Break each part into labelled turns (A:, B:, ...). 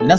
A: 皆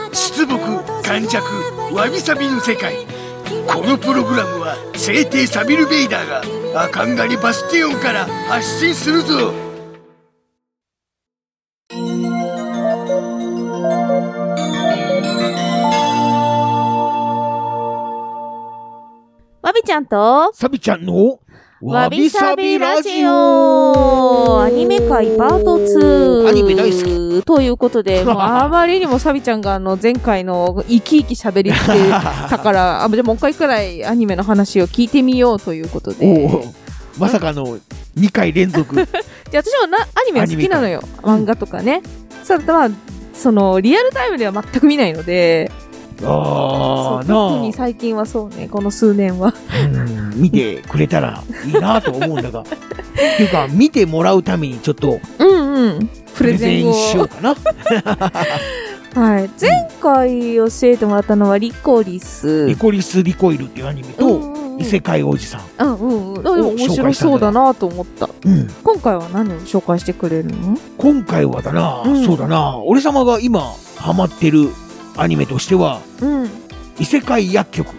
B: 出木感弱わびさびの世界このプログラムは聖帝サビル・ベイダーがアカンガリ・バスティオンから発信するぞ
C: わびちゃんと、
B: サビちゃんの
C: わびさびラジオアニメ界パート2
B: アニメ大好
C: きということで、もうあまりにもサビちゃんがあの前回の生き生き喋りってたから、あ、じゃあもう一回くらいアニメの話を聞いてみようということで。
D: おおまさかの2回連 続
C: じゃあ私もなアニメ好きなのよ。漫画とかね。そうだとまあ、そのリアルタイムでは全く見ないので、
D: あ
C: そ
D: あ
C: う
D: なあ
C: 特に最近はそうね、この数年は。
D: うん見てくれたらいいなと思うんだ がっていうか見てもらうためにちょっと
C: うんうん。プ
D: プ
C: レ
D: レ
C: ゼ
D: ゼ
C: ンを
D: ン。しようかな
C: はい。前回教えてもらったのはリコリス。
D: リコリス・リコイルっていうアニメ
C: う
D: と
C: んうんうん
D: 異世界おじさん
C: うんうんうん。でも面白そうだなと思った。
D: うん
C: 今回は何を紹介してくれるの
D: 今回はだな、
C: うん
D: そうだな俺様が今ハマってるアニメとしては
C: うん。
D: 異世界薬局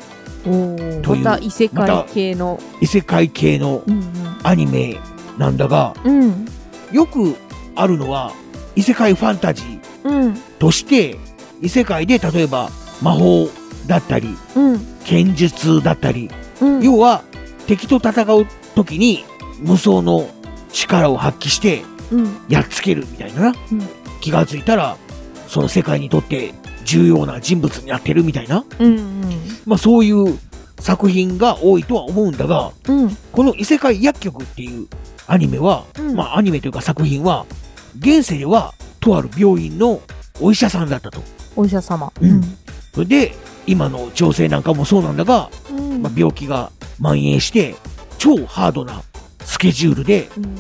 C: お
D: と
C: ー
D: いう
C: また異世界系の。
D: 異世界系の
C: うん
D: アニメなんだが
C: うん。うん。
D: よくあるのは異世界ファンタジー
C: うん。
D: として異世界で例えば魔法だったり
C: うん。
D: 剣術だったり、
C: うん。
D: 要は敵と戦う時に無双の力を発揮して
C: うん。
D: やっつけるみたいなな、
C: うん
D: 気がついたらその世界にとって重要な人物になってるみたいな、
C: うん。
D: まあ、そういう作品が多いとは思うんだが
C: うん。
D: この「異世界薬局」っていうアニメは、
C: うん
D: まあアニメというか作品は現世ではとある病院のお医者さんだったと。
C: お医者様。
D: うんそれで今の情勢なんかもそうなんだが、
C: うん。
D: まあ、病気が蔓延して超ハードなスケジュールで
C: うん。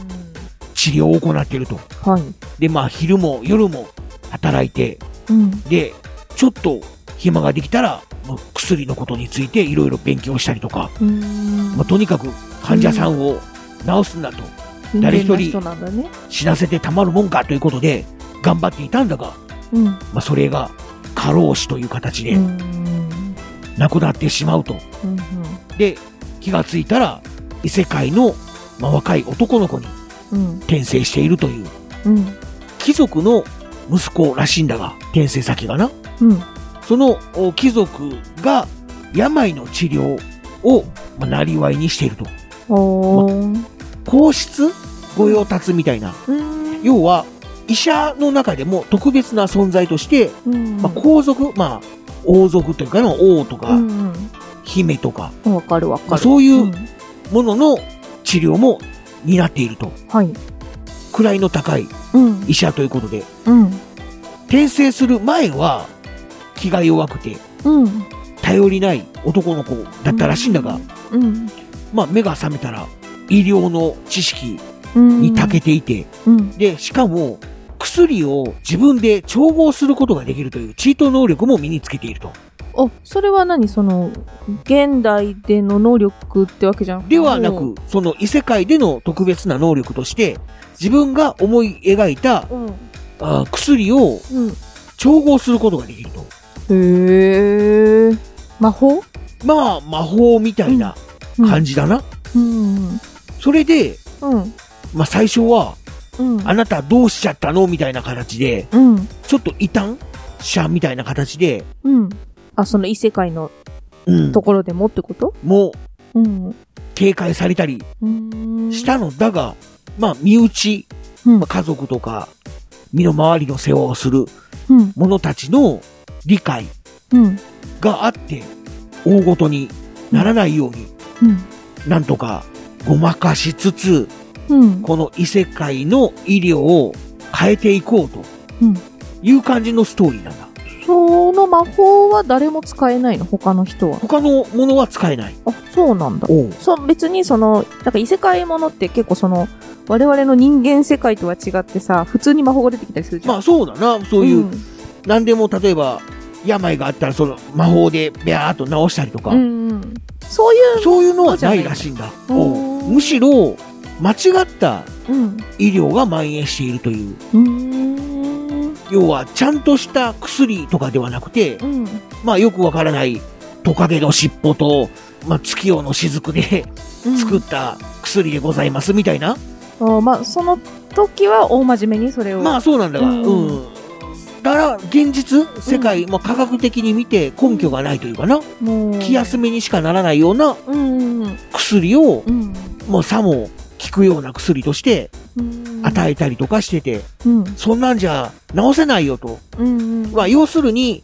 D: 治療を行っていると
C: はい。
D: でまあ昼も夜も働いて
C: うん。
D: でちょっと暇ができたら、まあ、薬のことについていろいろ勉強したりとか、
C: うん
D: まあ、とにかく患者さんを治すんだと誰一人
C: 人間な人なんだね。
D: 死なせてたまるもんかということで頑張っていたんだが、
C: うん。
D: まあ、それが過労死という形で
C: うん
D: 亡くなってしまうと。
C: うん
D: で気がついたら異世界の、まあ、若い男の子に
C: うん。
D: 転生しているという
C: うん。
D: 貴族の息子らしいんだが転生先がな
C: うん。
D: そのお貴族が病の治療を、まあ、なりわいにしていると
C: おー。
D: 皇室御用達みたいな
C: うん。
D: 要は医者の中でも特別な存在として、
C: うん。
D: まあ、皇族まあ王族というかの王と
C: う
D: か
C: ん
D: 姫とか、
C: うん。わかるわか
D: まあ、
C: る。
D: そう
C: う
D: い
C: ん
D: う。ものの治療も担っていると
C: はい。
D: 位の高い
C: うん。
D: 医者ということで
C: うん。
D: 転生する前は気が弱くて
C: うん。
D: 頼りない男の子だったらしいんだが、
C: うん。
D: まあ、目が覚めたら医療の知識
C: うん。
D: に長けていて、
C: うん。
D: でしかも薬を自分で調合することができるというチート能力も身につけていると
C: あ、それは何その、現代での能力ってわけじゃん
D: ではなく、その異世界での特別な能力として自分が思い描いた
C: うん。
D: あー薬を調合することができると
C: うん。へえ。魔法
D: まあ魔法みたいな感
C: じ。
D: じだな、
C: うん。
D: それで、
C: うん。
D: まあ、最初は
C: うん。
D: あなたどうしちゃったのみたいな形で、
C: うん。
D: ちょっと異端者みたいな形で、
C: うん。あ、その異世界の
D: うん
C: ところでもってこと
D: も
C: うん。
D: う警戒されたり
C: うん。
D: し。たのだが、まあ身内、
C: うん
D: まあ、家族とか、身の回りの世話をする
C: うん。
D: 者たちの理解
C: うん。
D: があって、大ごとにならないように、
C: うん。
D: なんとかごまかしつつ、
C: うん。
D: この異世界の医療を変えていこうと
C: うん
D: いう感じのストーリーなんだ。
C: その魔法は誰も使えないの他の人は。
D: 他のものは使えない。
C: あ、そうなんだ。
D: おう
C: そ別にその、なんか異世界ものって結構その、我々の人間世界とは違ってさ、普通に魔法が出てきたりするじゃん。
D: まあそうだな。そういう、
C: ん
D: 何でも例えば、病があったらその魔法でビャーっと治したりとか、
C: うんうんそういう、
D: そういうのはないらしいんだ。
C: そうじゃない
D: おうむしろ、間違った
C: うん。
D: 医療が蔓延しているという。
C: うーん。
D: 要は、ちゃんとした薬とかではなくて、
C: うん。
D: まあよくわからないトカゲの尻尾と、まあ月夜の雫で作った薬でございますみたいな。
C: あまあ、その時は大真面目にそれを。
D: まあそうなんだが、
C: うん
D: うん。だから、現実、世界、まあ科学的に見て根拠がないというかな、
C: もう。
D: 気休めにしかならないような
C: うん。うん。
D: 薬を、
C: うん。
D: もうさも効くような薬として
C: うん
D: 与えたりとかしてて、
C: うん。
D: そんなんじゃ治せないよと。
C: うん。うん
D: まあ要するに、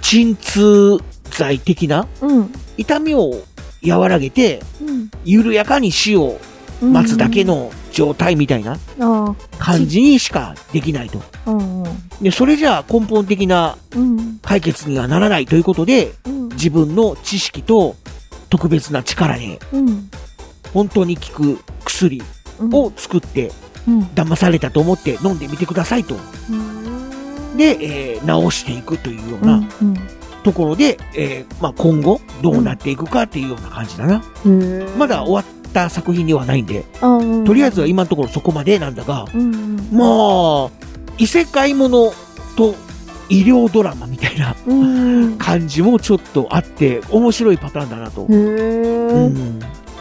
D: 鎮痛剤的な
C: うん。
D: 痛みを和らげて、緩やかに死を
C: うん。
D: 待つだけの状態みたいな
C: あ
D: 感じにしかできないと。
C: あ。うん。うん
D: で、それじゃあ根本的な
C: うん。
D: 解決にはならないということで、
C: うん。
D: 自分の知識と特別な力で
C: うん。
D: 本当に効く薬
C: うん
D: を作って
C: うん。
D: 騙されたと思って飲んでみてくださいと。
C: うん
D: で、えー治していくというよう
C: う。
D: なん
C: うん。
D: ところで、えーまあ、今後どうなっていくかっていうような感じだな。まだ終わった作品ではないんで、と
C: と
D: りあえずは、今のところそこまでなんだが、
C: うんうん
D: まあ、異世界ものと医療ドラマみたいな
C: うん、
D: 感じもちょっとあって、面白いパターンだなと。う
C: へえ、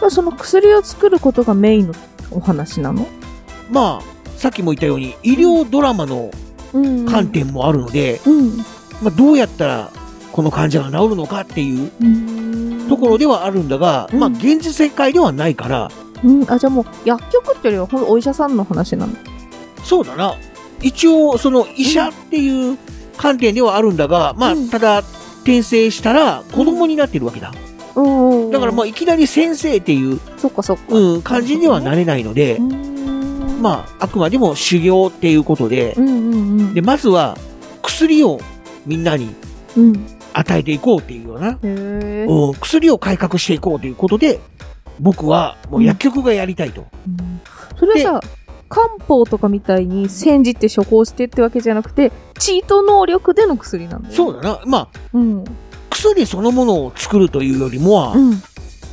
D: ん
C: その薬を作ることがメインのお話なの、
D: まあ、さっきも言ったように、医療ドラマの
C: うん
D: 観、点もあるので、
C: うん
D: まあ、どうやったらこの患者が治るのかっていう
C: うん、
D: ところではあるんだが、
C: うん
D: まあ、現実世界ではないから、
C: うん、あじゃあもう薬局っていうよりはほんとお医者さんの話なの
D: そうだな。一応、その医者っていう観点ではあるんだが、まあ
C: う、ん
D: ただ、転生したら子供になってるわけだ。
C: うん
D: だからまあ、いきなり先生っていう、
C: そっかそっか、
D: うん、感じにはなれないので、
C: んあ
D: まあ、あくまでも修行っていうことで
C: う、んうんうん
D: で、まずは薬をみんなに
C: うん
D: 与えていこうっていうような、
C: へえ、うん
D: うん、薬を改革していこうということで、僕はもう薬局がやりたいと。
C: それはさ漢方とかみたいに煎じて処方してってわけじゃなくてチート能力での薬なんだよ
D: そうだな。まあ、
C: うん
D: 薬そのものを作るというよりもは、
C: うん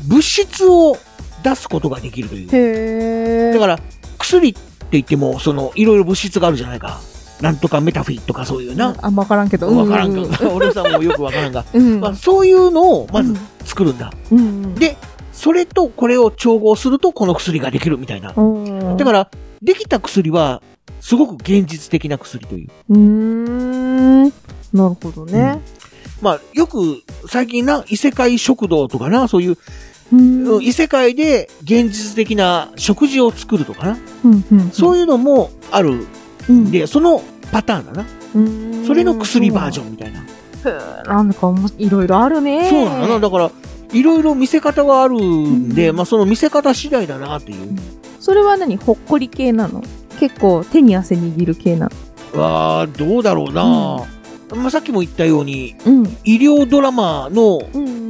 D: 物質を出すことができるという。
C: へえ
D: だから、薬って言っても、その、いろいろ物質があるじゃないか。なんとかメタフィとかそういうな。
C: あ、わからんけど。
D: わからんか。 俺さんもよくわからんが。
C: うん。
D: まあ、そういうのをまず作るんだ。
C: うん、
D: で、それとこれを調合するとこの薬ができるみたいな。
C: うん、
D: だから、できた薬は、すごく現実的な薬という。
C: うーん。なるほどね。
D: まあ、よく、最近な、異世界食堂とかな、そういう、
C: う
D: う
C: ん。
D: ん異世界で現実的な食事を作るとかな、
C: うんうん、
D: そういうのもある
C: うん
D: んで、そのパターンだな。
C: うん、
D: それの薬バージョ
C: ン。
D: ンみたいな。
C: へーなんだかおもいろいろあるね。
D: そうなのな。だから、いろいろ見せ方があるんで、
C: うん
D: まあ、その見せ方次第だな、っていう。
C: それは何ほっこり系なの結構手に汗握る系なの。
D: わあどうだろうな、まあ、さっきも言ったように、
C: うん。
D: 医療ドラマの
C: うん、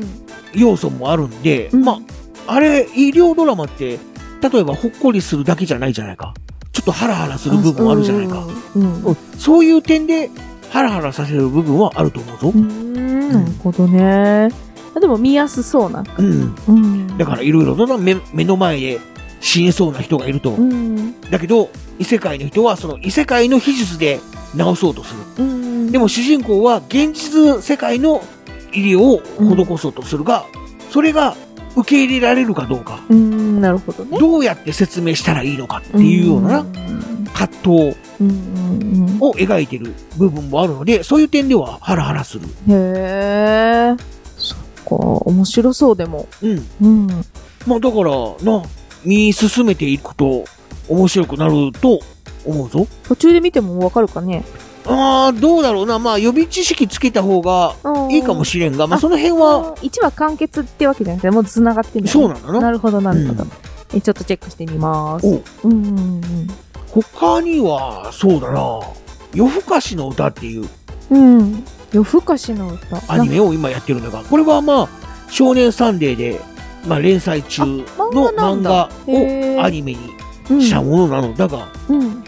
D: 要素もあるんで、
C: うん。
D: まあ、あれ、医療ドラマって、例えばほっこりするだけじゃないじゃないか。ちょっとハラハラする部分あるじゃないか。。
C: うん。
D: う
C: うん
D: そういう点で、ハラハラさせる部分はあると思うぞ
C: ー。ん。なるほどね。あでも見やすそうな。
D: うん。
C: うん。
D: だから、いろいろとな目目の前で死にそうな人がいると
C: う。ん。
D: だけど、異世界の人はその異世界の秘術で治そうとする。
C: うん。
D: で
C: も、
D: も主人公は現実世界の医療を施そうとするが、それが受け入れられるかどうか。
C: うん、なるほどね。
D: どうやって説明したらいいのかっていうような葛藤
C: うんうんうん
D: を描いてる部分もあるので、そういう点ではハラハラする。
C: へえそっか面白そうでも
D: うん。
C: うん
D: まあだから、な、見進めていくと面白くなると思うぞ。
C: 途中で見てもわかるかね
D: ああ、どうだろうな。まあ予備知識つけた方がいいかも
C: し
D: しれんが、まあ
C: あ
D: その辺は、
C: 1話完結ってわけじゃなくてもうつながってる
D: そう
C: う
D: なんだな。
C: なるほどなるほど、
D: うん
C: えちょっとチェックしてみます
D: お
C: うんうんうん
D: 他には、そうだな。夜更かしの歌っていう、
C: うん夜更かしの歌。
D: アニメを今やってるのが、これはまあ、少年サンデーで、まあ、連載中の
C: 漫画なん
D: 漫画
C: だへ
D: を
C: ー
D: アニメに
C: うん
D: したものなのだが、
C: うん。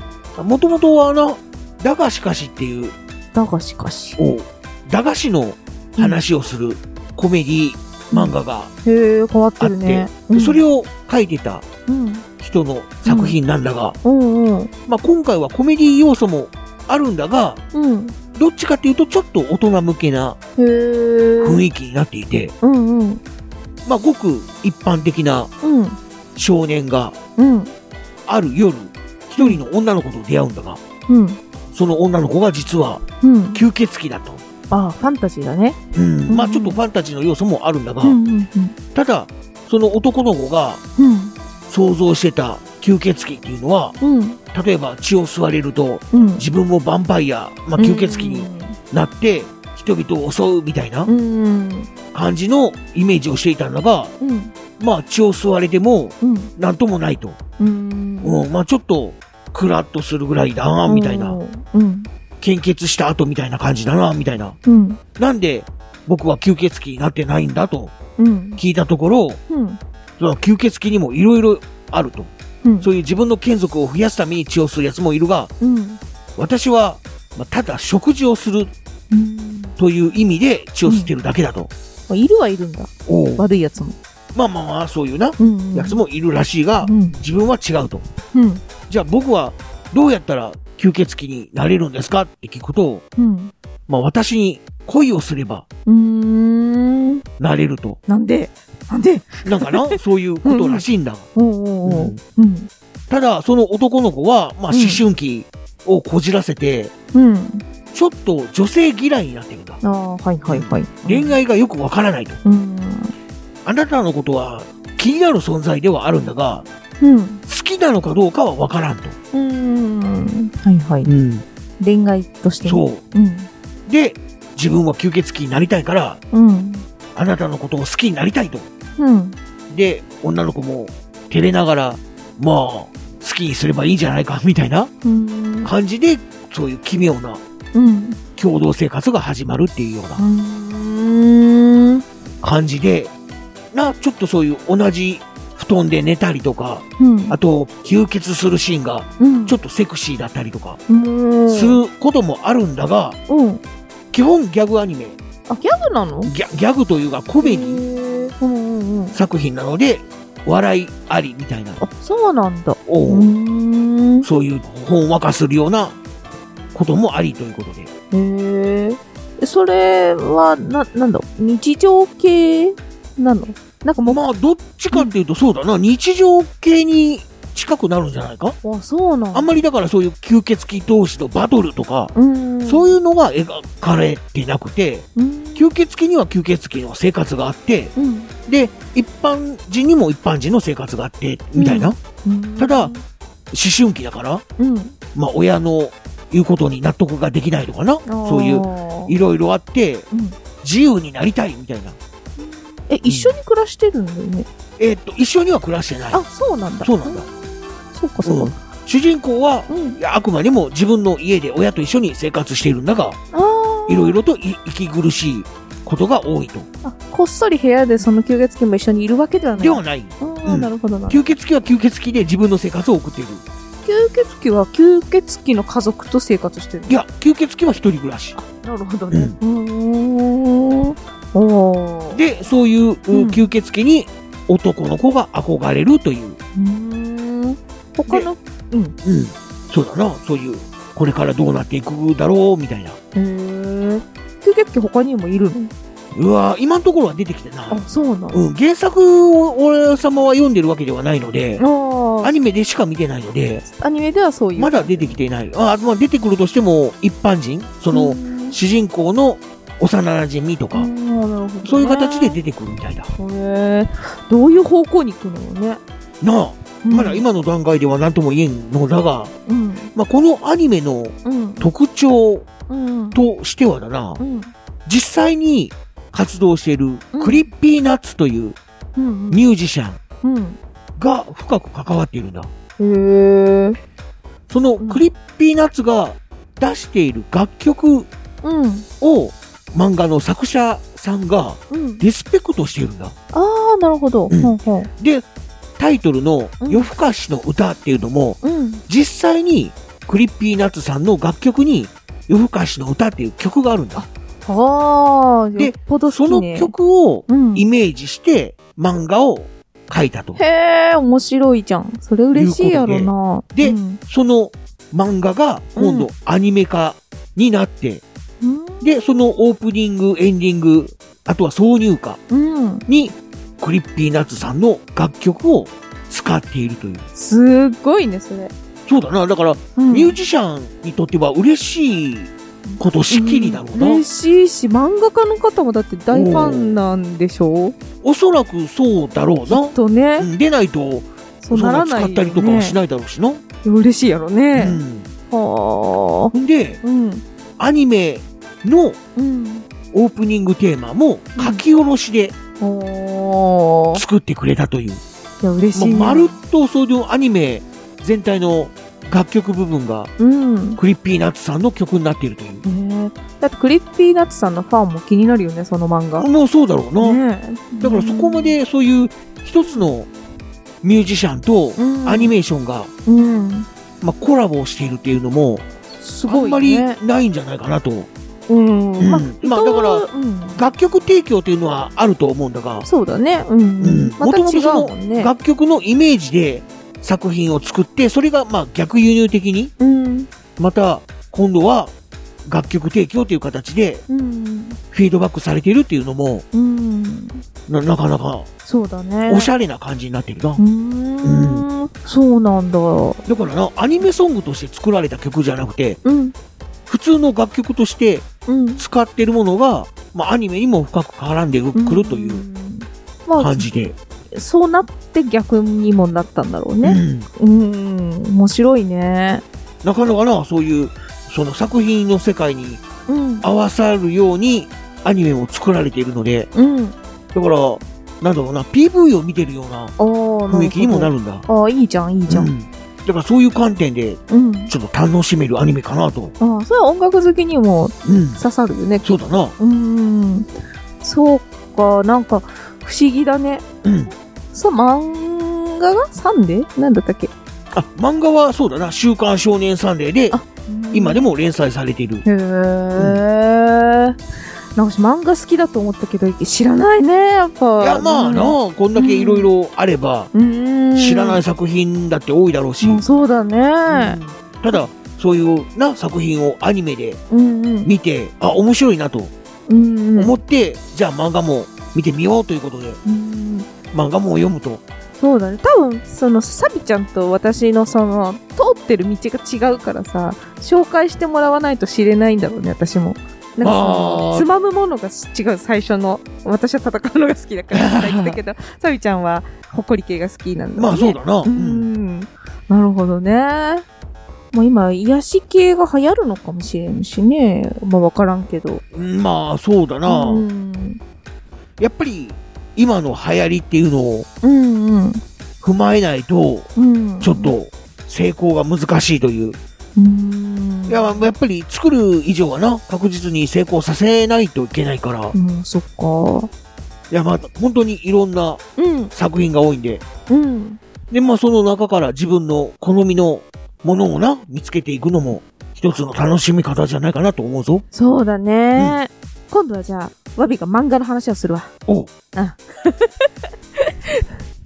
D: もともとはあの、だがしかしっていう、
C: だがしかし。
D: おだがしの話をするコメディ漫画が、
C: へえ、変わってるね。うん
D: それを書いてた
C: うん。
D: 人の作品なんだが、
C: うんうん。
D: まあ、今回はコメディ要素もあるんだが、
C: うん。
D: どっちかっていうとちょっと大人向けな
C: へえ。
D: 雰囲気になっていて、
C: うんうん。
D: まあ、ごく一般的な
C: うん。
D: 少年が
C: うん。
D: ある夜、一人の女の子と出会うんだが、
C: うん。
D: その女の子が実は
C: うん。
D: 吸血鬼だと。
C: ああ、ファンタジーだね。
D: うんまあ
C: うん
D: ちょっとファンタジーの要素もあるんだが、
C: うんうんうん。
D: ただ、その男の子が
C: うん。
D: 想像してた吸血鬼っていうのは、
C: うん。
D: 例えば血を吸われると、
C: うん。
D: 自分もヴァンパイア、まあ、吸血鬼になって、人々を襲うみたいな
C: うん。うん。
D: 感じのイメージをしていたんだが、
C: うん。
D: まあ血を吸われても、
C: うん。
D: なんともないと。
C: うん。
D: うん、まあちょっと、クラッとするぐらいだな、みたいな。。
C: うん。
D: 献血した後みたいな感じだな、みたいな。
C: うん。
D: なんで、僕は吸血鬼になってないんだと
C: うん。
D: 聞いたところ、
C: うん。
D: その吸血鬼にもいろいろあると。
C: うん。
D: そういう自分の眷属を増やすために血を吸うやつもいるが、
C: うん。
D: 私は、まあただ食事をする
C: うん。
D: という意味で血を吸ってるだけだと。
C: いるはいるんだ。
D: おう
C: 悪いやつも。
D: まあまあまあ、そういうな、
C: うん。
D: やつもいるらしいが
C: う、ん。
D: 自分は違うと。
C: うん。
D: じゃあ僕はどうやったら吸血鬼になれるんですかって聞くと、
C: うん。
D: まあ私に恋をすれば
C: うん。
D: なれると。
C: なんでなんで
D: なんか な、そういうことらしいんだ。
C: おうおうおう。うん。
D: ただ、その男の子は、まあ、
C: うん
D: 思春期をこじらせて、
C: うん。
D: ちょっと女性嫌いになってるんだ。
C: ああ、はいはいはい。
D: 恋愛がよくわからないと。
C: うん。
D: あなたのことは気になる存在ではあるんだが、
C: うん。
D: 好きなのかどうかはわからんと。
C: うん。はいはい。
D: ん。
C: 恋愛としてね。。
D: そう
C: うん。
D: う。で、自分は吸血鬼になりたいから、
C: うん。
D: あなたのことを好きになりたいと。
C: うん。
D: で、女の子も照れながら、まあ、好きにすればいいんじゃないか、みたいな
C: うん。
D: 感じで、そういう奇妙な
C: うん。
D: 共同生活が始まるっていうような
C: うん。
D: 感じで、な、ちょっとそういう同じ布団で寝たりとか、
C: うん。
D: あと、吸血するシーンが
C: うん。
D: ちょ
C: っ
D: っとセクシーだったりとか、
C: と、うん。
D: することもあるんだが、
C: うん。
D: 基本ギャグアニメ、
C: あ、ギャグなの
D: ギャギャグというかコメディ
C: へーうんうんうん。
D: 作品なので、笑いありみたいな、
C: あ、そうなんだ。う
D: おう
C: ーん。
D: そういうほんわかするようなこともありということで。
C: へえ。それは、な、なんだ日常系なのなんかも
D: まあ、どっちかっていうとそうだな、日常系に近くなるんじゃないか
C: う、あ、そうなん
D: あんまりだからそういう吸血鬼同士のバトルとか、
C: うん。
D: そう
C: い
D: いうのが描かれてなくて、
C: うん。
D: 吸血鬼には吸血鬼の生活があって、
C: うん。
D: で、一般人にも一般人の生活があって、みたいな。思
C: うん
D: ただ、春期だから、
C: うん。
D: まあ親の言うことに納得ができないとかな。そういう、
C: あー
D: いろいろあって、
C: うん
D: 自由になりたいみたいな。
C: え、一緒に暮らしてるんだよね。
D: えーっと、一緒には暮らしてない。
C: あ、そうなんだ。
D: そうなんだ。
C: そうか、そううんか。
D: 主人公は、
C: うん
D: い。やあくまでも自分の家で親と一緒に生活しているんだが、
C: ああ。
D: いろいろとい息苦しいことが多いと。
C: あこっそり部屋でその吸血鬼も一緒にいるわけではない。
D: ではない。
C: ああ、
D: うん
C: なるほどな。吸
D: 吸血鬼は吸血鬼で自分の生活を送っている。
C: 血鬼は吸血鬼の家族と生活してる
D: い。や、吸血鬼は一人暮らし。
C: なるほどね。うーん。おー。
D: で、そういうう
C: うん
D: 吸血鬼に男の子が憧れるという。
C: うーん。他の、うん。
D: うん。そうだな、そういう。これからどうなっていくだろうみたいな。
C: へー吸血鬼他にもいるの
D: うわ今のところは出てきてな
C: あ、。そうなの
D: うん、原作を俺様は読んでるわけではないので、
C: あ
D: ア
C: あ。
D: ニメでしか見てないので、
C: アニメではそういう。
D: まだ出てきていない。あまあ、出てくるとしても、一般人、そ
C: うん
D: の、主人公の幼馴染と
C: あ
D: か
C: ー、なるほどね
D: そういう形で出てくるみたいだ。
C: へえ。どういう方向に行くのね。
D: なあ、
C: うん
D: まだ。今の段階では何とも言えんのだが、
C: うん。
D: まあ、このアニメの
C: うん。
D: 特徴
C: うん。
D: としてはだな
C: う、ん。
D: 実際に活動している
C: うん
D: クリッピーナッツという
C: うん。
D: ミュージシャン
C: うん。
D: が深く関わっているんだ。
C: へえ。
D: そのクリッピーナッツが出している楽曲
C: うん。
D: を漫画の作者さんが
C: うん。
D: リスペクトしてるんだ。
C: ああ、なるほど。
D: うん
C: ほうほ
D: で、タイトルの
C: うん
D: 夜更かしの歌っていうのも、
C: う。うん。
D: 実際にクリッピーナッツさんの楽曲に夜更かしの歌っていう曲があるんだ。
C: ああ、
D: で
C: よっぽど好
D: そ
C: き
D: の
C: ね。
D: 曲を
C: うん
D: イメージして漫画を書いたと。
C: へえ、面白いじゃん。それ嬉しいやろな。
D: いううんその漫画が今
C: う
D: 度
C: ん
D: アニメ化になって、
C: うん
D: で、そのオープニング、エンディング、あとは挿入歌
C: うん。
D: にクリッピーナッツさんの楽曲を使っているという。
C: すっごいね、それ。
D: そうだな。だから
C: うん
D: ミュージシャンにとっては嬉しいことしきりだろうな。
C: 嬉しいし、漫画家の方もだって大ファンなんでしょう
D: おそらくそうだろうな。
C: と
D: う
C: ね、
D: ん出ないと、
C: そうならない
D: 使
C: よ、
D: っ
C: ね。
D: たりとかはしないだろうしな。
C: 嬉しいやろ
D: う
C: ね。
D: ん
C: はあ。
D: ほんで、
C: うん。
D: アニメの
C: うん。
D: オープニングテーマも書き下ろしで
C: おー。
D: 作ってくれたという。
C: いや、嬉しいね。
D: まあ、まるっとそういうアニメ全体の楽曲部分が
C: うん。
D: クリッピーナッツさんの曲になっているという。
C: ねえだってクリッピーナッツさんのファンも気になるよねその漫画、
D: もうそうだろうな。
C: ねえ
D: だからそこまでそういう一つのミュージシャンと
C: うん
D: アニメーションが、
C: うん
D: まあ、コラボをしているっていうのも、
C: す
D: あ
C: ご
D: ん
C: い
D: まり
C: ね
D: ないんじゃないかなと。
C: うん、
D: うん
C: まあ
D: まあだから
C: 人うん
D: 楽曲提供というのはあると思うんだが、
C: そうだねうん、
D: うん
C: また違うもんね
D: 楽曲のイメージで作品を作って、それがまあ逆輸入的に、
C: うん
D: また今度は楽曲提供という形で
C: うん
D: フィードバックされているっていうのも、
C: うん
D: ななかなか
C: そうだね
D: おしゃれな感じになってるな。
C: うーん、そうなんだう
D: だからな、アニメソングとして作られた曲じゃなくて、
C: ん
D: 普通の楽曲として
C: うん
D: 使ってるものが、まあアニメにも深く絡んでくるというん
C: ま
D: 感じで。
C: あそうなって逆にもなったんだろうね
D: うん
C: うん、面白いね
D: なかなかな、そういう、その作品の世界に
C: うん
D: 合わさるようにアニメも作られているので、
C: うん
D: だから、なんだろうな、PV を見てるような
C: おー
D: 雰囲気にもな
C: る
D: るんだ。
C: ほどあーいいじゃんいいじゃ、
D: うんんだからそういう観点で、
C: うん
D: ちょっと楽しめるアニメかなと。
C: ああ、それは音楽好きにも
D: うん。
C: 刺さるよね。
D: そうだな。
C: うーん。そうか、なんか、不思議だね。
D: うん。
C: そう、漫画がサンデーなんだったっけ
D: あ、漫画はそうだな、週刊少年サンデーで
C: あ、
D: 今で
C: も。
D: も連載されている。
C: へー。なんか私漫画好きだと思ったけど、知らないね、やっぱ。
D: いや、まあな、こんだけいろいろあれば、
C: うん。
D: 知らないい作品だって多いだろうし、
C: もうそうだ
D: う
C: ね。
D: んただ、そういうな、作品をアニメで
C: うんうん。
D: 見て、あ、面白いなと
C: うんうん
D: 思って、じゃあ漫画も見てみようということで、
C: うん。
D: 漫画も読むと。
C: そうだね多分そのサビちゃんと私のその通ってる道が違うからさ紹介してもらわないと知れないんだろうね私もなんかそ
D: あ
C: の
D: ー
C: つまむものが違う最初の私は戦うのが好き だからって言ったけどサビちゃんは誇り系が好きなんだ
D: まあそう
C: だ
D: だな。
C: う
D: うん
C: んなるほどねもう今癒し系が流行るのかもしれんしねまあ分からんけど
D: まあそうだな。
C: うん
D: やっぱり、今の流行りっていうのを
C: うんうん
D: 踏まえないと、
C: うん
D: ちょっと成功が難しいという。
C: うん
D: いや、やっぱり作る以上はな、確実に成功させないといけないから
C: う。んそっか
D: いや、まあ、本当にいろんな
C: うん
D: 作品が多いんで。
C: うん
D: で、まあ、その中から自分の好みのものをな、見つけていくのも、一つの楽しみ方じゃないかなと思うぞ。
C: そうだね、今度はじゃあ、ワビが漫画の話をするわ。
D: おう
C: あ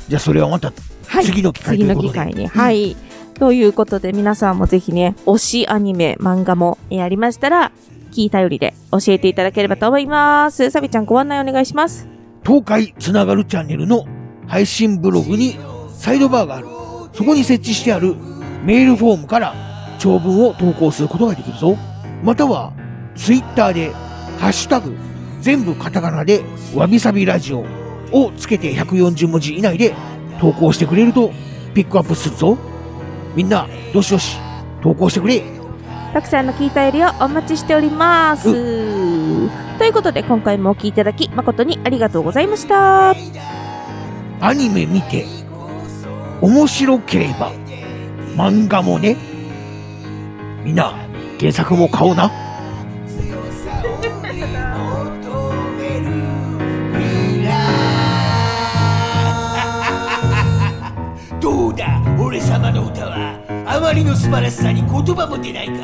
D: じゃあ、それはまた、
C: はい。
D: 次の機会と
C: 次
D: いう
C: の
D: こ
C: 機
D: とで。
C: 会に。はい。ということで、皆さんもぜひね、推しアニメ、漫画もえーありましたら、聞いたよりで教えていただければと思います。サビちゃん、ご案内お願いします。
D: 東海つながるチャンネルの配信ブログにサイドバーがある。そこに設置してあるメールフォームから長文を投稿することができるぞ。または、ツイッターで、ハッシュタグ、全部カタカナで、わびさびラジオをつけて140文字以内で投稿してくれるとピックアップするぞ。みんな、どしどし、投稿してくれ。
C: たくさんの聞いたよりをお待ちしております。ということで、今回もお聞きいただき、誠にありがとうございました。
D: アニメ見て、面白ければ、漫画もね。 みんな、原作も買おうな。
E: 強さを
D: あまりの素晴らしさに言葉も出ないか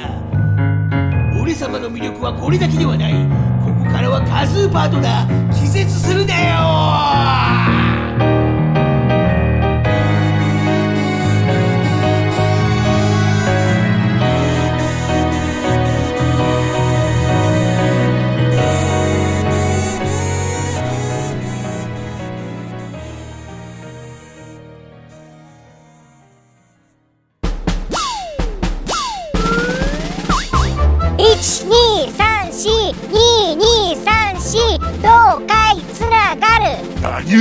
D: 俺様の魅力はこれだけではないここからは多数パートナー気絶するなよ
F: 12342234東海つながる
G: 何